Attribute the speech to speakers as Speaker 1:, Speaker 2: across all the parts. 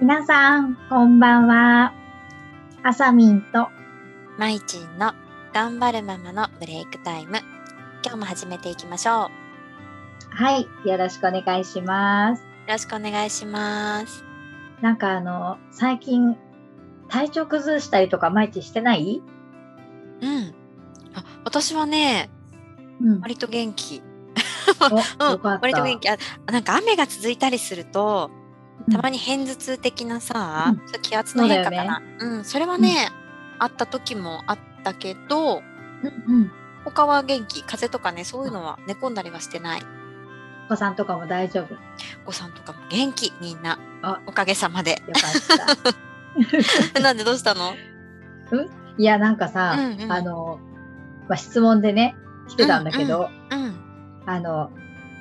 Speaker 1: 皆さん、こんばんは。あさみんと、
Speaker 2: まいちんの頑張るママのブレイクタイム。今日も始めていきましょう。よ
Speaker 1: はい、よろしくお願いします。
Speaker 2: ろしくお願いします。
Speaker 1: なんかあの、最近、体調崩したりとか、毎日してない
Speaker 2: うん。あ、私はね、
Speaker 1: うん。
Speaker 2: 割と元気。
Speaker 1: お
Speaker 2: うん
Speaker 1: よかった。
Speaker 2: 割と元気。あ、なんか雨が続いたりすると、たまに偏頭痛的なさ、
Speaker 1: う
Speaker 2: ちょっと気圧の変化かな。うん、それはね、あった時もあったけど、
Speaker 1: うんうん。
Speaker 2: 他は元気。風邪とかね、そういうのは寝込んだりはしてない。
Speaker 1: お子さんとかも大丈夫。よ
Speaker 2: お子さんとかも元気、みんな
Speaker 1: あ。
Speaker 2: おかげさまで。
Speaker 1: かった。
Speaker 2: なんでどうしたの
Speaker 1: いや、なんかさ、
Speaker 2: うんうん
Speaker 1: あの、まあ、質問でね、来てたんだけど、
Speaker 2: うん。
Speaker 1: あの、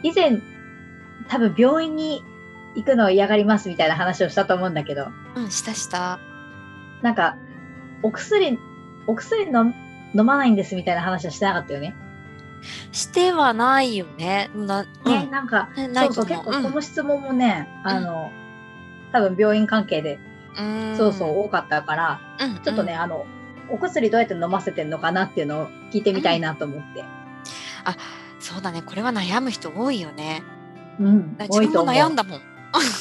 Speaker 1: 以前、多分病院に行くの嫌がりますみたいな話をしたと思うんだけど、
Speaker 2: うん、したした。
Speaker 1: なんか、お薬、お薬の飲まないんですみたいな話はしてなかったよね。
Speaker 2: してはないよね。な、
Speaker 1: ね、
Speaker 2: ね、
Speaker 1: なんか、
Speaker 2: ねな
Speaker 1: そ
Speaker 2: いう
Speaker 1: そ
Speaker 2: と
Speaker 1: う、結
Speaker 2: 思う。
Speaker 1: 構こ
Speaker 2: うん
Speaker 1: の質問もね、あの、多分病院関係で、
Speaker 2: うん
Speaker 1: そうそう、多かったから、
Speaker 2: うん
Speaker 1: ちょっとね、
Speaker 2: うん
Speaker 1: あの、お薬どうやって飲ませてんのかなっていうのを聞いてみたいなと思って。
Speaker 2: そうだねこれは悩む人多いよね
Speaker 1: うん、
Speaker 2: 自
Speaker 1: 多い
Speaker 2: 分
Speaker 1: と
Speaker 2: も
Speaker 1: 思う。
Speaker 2: 悩んだもん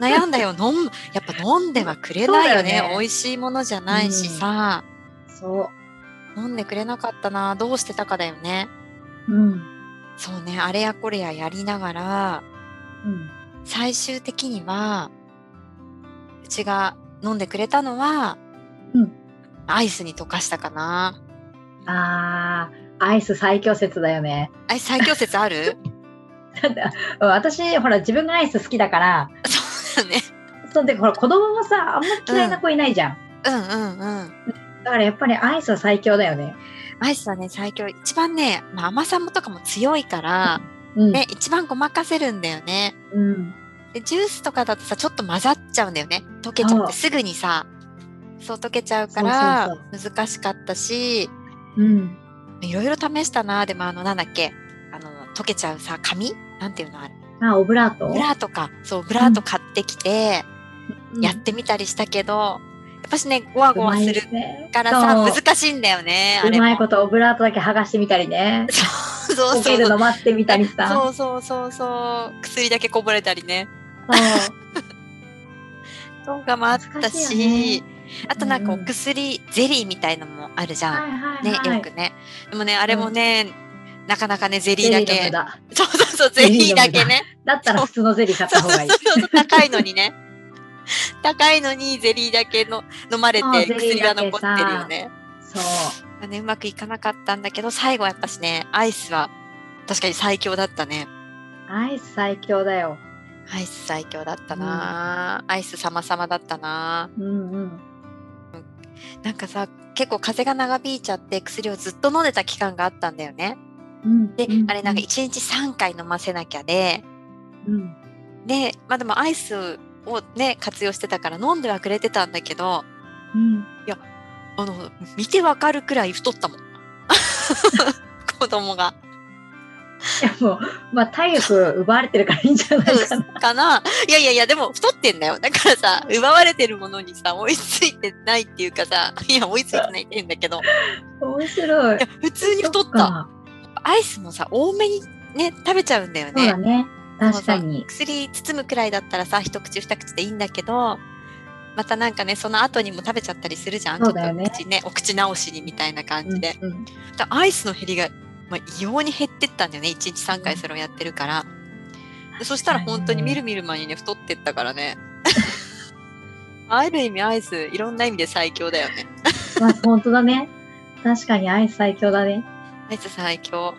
Speaker 2: 悩んだよ飲むやっぱ飲んではくれないよね
Speaker 1: そうだよね
Speaker 2: 美味しいものじゃないしさ、
Speaker 1: そ
Speaker 2: 飲んでくれなかったなどうしてたかだよね
Speaker 1: う。うん。
Speaker 2: そうねあれやこれややりながら
Speaker 1: うん。
Speaker 2: 最終的にはうちが飲んでくれたのは、
Speaker 1: うん
Speaker 2: アイスに溶かしたかな
Speaker 1: あー、アイス最強説だよね。
Speaker 2: あれ最強説 ある
Speaker 1: うん私、ほら、自分がアイス好きだから、
Speaker 2: そうだね
Speaker 1: そうで、ほら、子供もさ、あんま嫌いな子いないじゃん。
Speaker 2: うんうんうん
Speaker 1: だからやっぱりアイスは最強だよね。
Speaker 2: アイスはね最強一番ね、まあ、甘さもとかも強いから、
Speaker 1: うん。
Speaker 2: ね、一番ごまかせるんだよね
Speaker 1: うん。
Speaker 2: でジュースとかだとさちょっと混ざっちゃうんだよね溶けちゃ
Speaker 1: そ
Speaker 2: っ
Speaker 1: う
Speaker 2: てすぐにさそう溶けちゃうから
Speaker 1: そう
Speaker 2: 難しかったし
Speaker 1: うん。
Speaker 2: いろいろ試したなでもあのなんだっけあの溶けちゃうさ紙なんていうのある
Speaker 1: あ、オブラート
Speaker 2: ブラーとかそうブラーと買ってきてやってみたりしたけど、やっぱしねゴワゴワするからさ
Speaker 1: そう
Speaker 2: 難しいんだよねあ
Speaker 1: う
Speaker 2: れ
Speaker 1: まい
Speaker 2: も。
Speaker 1: ことオブラートだけ剥がしてみたりね。
Speaker 2: そうそ
Speaker 1: 溶
Speaker 2: うそ
Speaker 1: け
Speaker 2: う
Speaker 1: るの待ってみたりさ。
Speaker 2: そうそうそうそう薬だけこぼれたりね
Speaker 1: そう。
Speaker 2: とかもあった
Speaker 1: 難
Speaker 2: し
Speaker 1: しいよ
Speaker 2: あとなんか
Speaker 1: う
Speaker 2: お
Speaker 1: んうん
Speaker 2: 薬、ゼリーみたいのもあるじゃん、
Speaker 1: はいはい
Speaker 2: ね
Speaker 1: はい。
Speaker 2: よくねでもねあれもね、なかなかねゼリ
Speaker 1: ゼ
Speaker 2: ーだ
Speaker 1: リーの
Speaker 2: け
Speaker 1: 無駄。
Speaker 2: そうそうそう
Speaker 1: ゼ
Speaker 2: ゼ
Speaker 1: リーの無
Speaker 2: リ
Speaker 1: 駄
Speaker 2: ーだけね
Speaker 1: だったら普通のゼリー買っ
Speaker 2: そ
Speaker 1: た
Speaker 2: う
Speaker 1: 方
Speaker 2: そう
Speaker 1: が
Speaker 2: そ
Speaker 1: いうい。
Speaker 2: そう高いのにね高いのにゼリーだけの飲まれ
Speaker 1: そうゼ
Speaker 2: て
Speaker 1: リ
Speaker 2: 薬
Speaker 1: ーだ
Speaker 2: が
Speaker 1: けさ
Speaker 2: 残ってるよね
Speaker 1: そう。
Speaker 2: ねうまくいかなかったんだけど最後はやっぱしねアイスは確かに最強だったね
Speaker 1: アイス最強だよ。
Speaker 2: アイス最強だったな、アイス様々だったな
Speaker 1: うんうん。
Speaker 2: なんかさ結構風邪が長引いちゃって薬をずっと飲んでた期間があったんだよね。
Speaker 1: うん
Speaker 2: で、あれなんか1日3回飲ませなきゃで
Speaker 1: うん。
Speaker 2: でまあでもアイスをね活用してたから飲んではくれてたんだけど
Speaker 1: うん。
Speaker 2: あの見てわかるくらい太ったもん 子供が。
Speaker 1: いやもう、まあ体力奪われてるからいいんじゃないかな。
Speaker 2: かないやいやいやでも太ってんだよだからさ奪われてるものにさ追いついてないっていうかさいや追いついてないって言うんだけどい
Speaker 1: 面白い。
Speaker 2: や普通に太っ
Speaker 1: そ
Speaker 2: た
Speaker 1: か。
Speaker 2: アイスもさ多めにね食べちゃうんだよ
Speaker 1: そう
Speaker 2: ね
Speaker 1: だ。ね。確かに。
Speaker 2: 薬包むくらいだったらさ一口二口でいいんだけどまたなんかねその後にも食べちゃったりするじゃん
Speaker 1: そうだよね
Speaker 2: ちょっと口ねお口直しにみたいな感じで、
Speaker 1: うんうん
Speaker 2: だアイスの減りが、まあ、異様に減ってったんだよね1日3回それをやってるから、でそしたら本当にみるみる間にね太ってったからね ある意味アイスいろんな意味で最強だよね
Speaker 1: まあ、本当だね。確かにアイス最強だね。
Speaker 2: アイス最強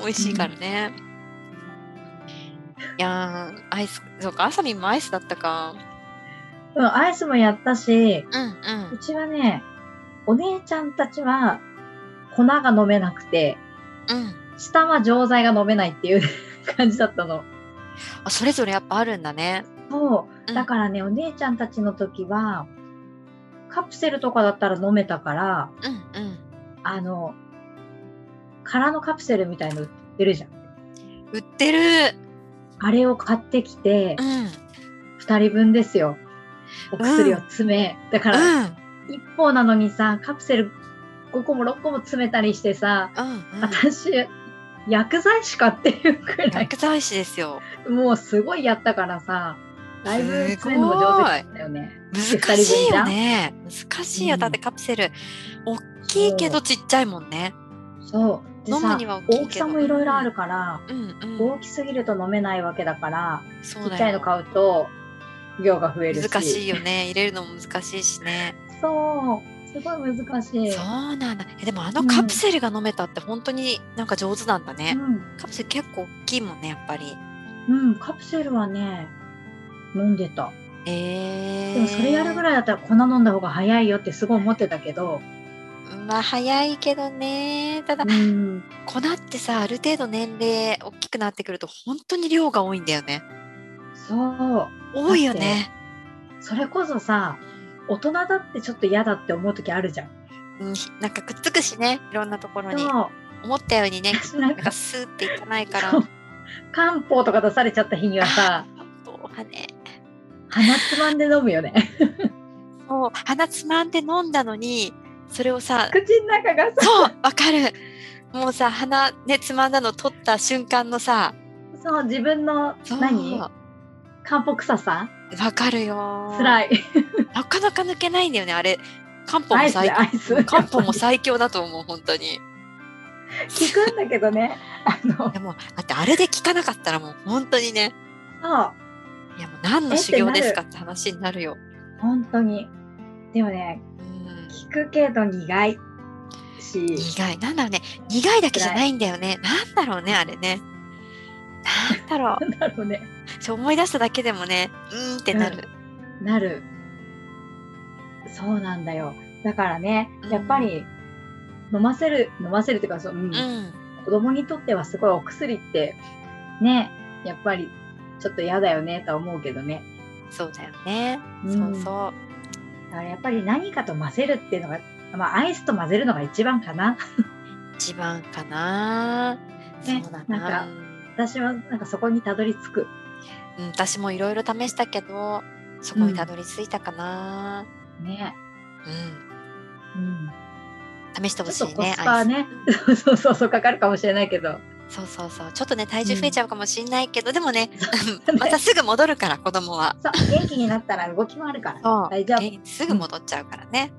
Speaker 2: 美味しいからね、いやーアイスそうかあさみんもアイスだったか
Speaker 1: うん、アイスもやったし、
Speaker 2: うんうん
Speaker 1: うちはね、お姉ちゃんたちは粉が飲めなくて、
Speaker 2: うん
Speaker 1: 下は錠剤が飲めないっていう 感じだったの。
Speaker 2: あそれぞれやっぱあるんだね。
Speaker 1: そうう。
Speaker 2: ん
Speaker 1: だからね、お姉ちゃんたちの時は、カプセルとかだったら飲めたから、
Speaker 2: うんうん。
Speaker 1: あの、空のカプセルみたいの売ってるじゃん。
Speaker 2: 売ってる。
Speaker 1: あれを買ってきて
Speaker 2: う、ん。
Speaker 1: 二人分ですよ。お薬を詰め、だか
Speaker 2: う
Speaker 1: ら
Speaker 2: ん
Speaker 1: 一方なのにさカプセル5個も6個も詰めたりしてさ、
Speaker 2: うんうん
Speaker 1: 私薬剤師かっていうくらい
Speaker 2: 薬剤師ですよ
Speaker 1: もうすごいやったからさだいぶ詰めるのも上手だったよね。
Speaker 2: 難しいよね難しいよ
Speaker 1: うん
Speaker 2: だってカプセル大きいけどちっちゃいもんね
Speaker 1: そうで
Speaker 2: 飲
Speaker 1: さ
Speaker 2: むには大きいけど
Speaker 1: 大きさもいろいろあるから、
Speaker 2: うんうん
Speaker 1: 大きすぎると飲めないわけだから
Speaker 2: そ
Speaker 1: ち
Speaker 2: う
Speaker 1: っちゃ
Speaker 2: だ
Speaker 1: いの
Speaker 2: よ
Speaker 1: 買うと量が増えるし
Speaker 2: 難しいよね入れるのも難しいしね
Speaker 1: そうすごい難しい。
Speaker 2: そうなんだえでもあの
Speaker 1: うん
Speaker 2: カプセルが飲めたって本当になんか上手なんだね、
Speaker 1: う
Speaker 2: カプセル結構大きいもんねやっぱり
Speaker 1: ん、うん、カプセルはね飲んでた
Speaker 2: えー、
Speaker 1: でもそれやるぐ
Speaker 2: い
Speaker 1: らいだったら粉飲んだ方が早いよってすごい思ってたけど、
Speaker 2: まあ早いけどねただ
Speaker 1: うん、
Speaker 2: 粉ってさある程度年齢大きくなってくると本当に量が多いんだよね
Speaker 1: そう
Speaker 2: 多いよね
Speaker 1: それこそさ大人だってちょっと嫌だって思う時あるじゃん。
Speaker 2: うんなんかくっつくしねいろんなところに
Speaker 1: そう
Speaker 2: 思ったようにね
Speaker 1: 私なん
Speaker 2: なんか
Speaker 1: か
Speaker 2: スーっていかないから
Speaker 1: そう漢方とか出されちゃった日にはさ
Speaker 2: そうはね
Speaker 1: 鼻つまんで飲むよね
Speaker 2: そう鼻つまんで飲んだのにそれをさ
Speaker 1: 口の中がさ
Speaker 2: そうわかるもうさ鼻ねつまんだの取った瞬間のさ
Speaker 1: そう自分の
Speaker 2: そう
Speaker 1: 何
Speaker 2: わ
Speaker 1: 漢方臭さ
Speaker 2: かるよ
Speaker 1: つらい
Speaker 2: なかなか抜けないんだよねあれ漢方
Speaker 1: ア
Speaker 2: も
Speaker 1: イス
Speaker 2: 最
Speaker 1: アイス
Speaker 2: 強漢方
Speaker 1: や
Speaker 2: も
Speaker 1: っぱ
Speaker 2: 最強だと思う本当に
Speaker 1: り効くんだけどねあの
Speaker 2: でもだってあれで効かなかったらもう本当にね
Speaker 1: そう
Speaker 2: いやもう何の修行ですかって話になるよ。
Speaker 1: 本当にでもね
Speaker 2: うん
Speaker 1: 効くけど苦いし
Speaker 2: 苦い。なんだろうね。苦いだけじゃないんだよね。なんだろうね、あれね。なんだろ
Speaker 1: なんだろうね
Speaker 2: う。ちょ思い出しただけでもね、うーんってなる。
Speaker 1: なるそうなんだよだからねやっぱり飲ませる飲ませるっていうかそう、うん
Speaker 2: うん。
Speaker 1: 子供にとってはすごいお薬ってねやっぱりちょっと嫌だよねとは思うけどね
Speaker 2: そうだよね。
Speaker 1: うん
Speaker 2: そうそ
Speaker 1: だからやっぱり何かと混ぜるっていうのが、まあ、アイスと混ぜるのが一番かな
Speaker 2: う。一番かな。
Speaker 1: ね
Speaker 2: そうだ
Speaker 1: な
Speaker 2: な。
Speaker 1: ん私はなんかそこにたどり着く、
Speaker 2: うん、私もいろいろ試したけど、そこにたどり着いたかな。
Speaker 1: ね
Speaker 2: うん。
Speaker 1: うん、
Speaker 2: 試してほし
Speaker 1: ちょっ
Speaker 2: い
Speaker 1: とコ
Speaker 2: ね。
Speaker 1: スパはねそうそうそうかかるかもしれないけど
Speaker 2: アイスそうそうそう。ちょっとね、体重増えちゃうかもしんないけど、でもね、
Speaker 1: だ ね
Speaker 2: またすぐ戻るから、子供は。
Speaker 1: そう元気になったら動きもあるから
Speaker 2: そう
Speaker 1: 大丈夫
Speaker 2: えすぐ戻っちゃうからね。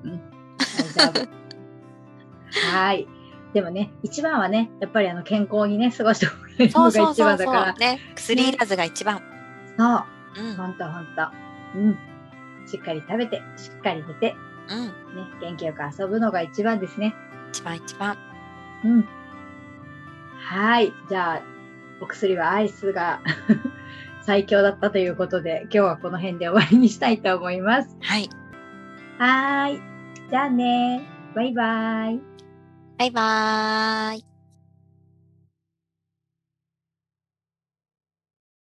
Speaker 1: 大丈夫はーいでもね一番はねやっぱりあの健康にね過ごしてもらえる
Speaker 2: そう
Speaker 1: の
Speaker 2: そ
Speaker 1: が
Speaker 2: う
Speaker 1: 一
Speaker 2: そう
Speaker 1: 番だか
Speaker 2: そう
Speaker 1: ら。
Speaker 2: ね、薬いらずが一番。
Speaker 1: そう
Speaker 2: うん、
Speaker 1: ほんとほんと。うん。しっかり食べて、しっかり寝て、ね、
Speaker 2: うん、
Speaker 1: 元気よく遊ぶのが一番ですね。
Speaker 2: 一番一番。
Speaker 1: うん。はーい。じゃあ、お薬はアイスが 最強だったということで、今日はこの辺で終わりにしたいと思います。
Speaker 2: はい、
Speaker 1: はーい。じゃあねバイバイ。
Speaker 2: バイバーイ。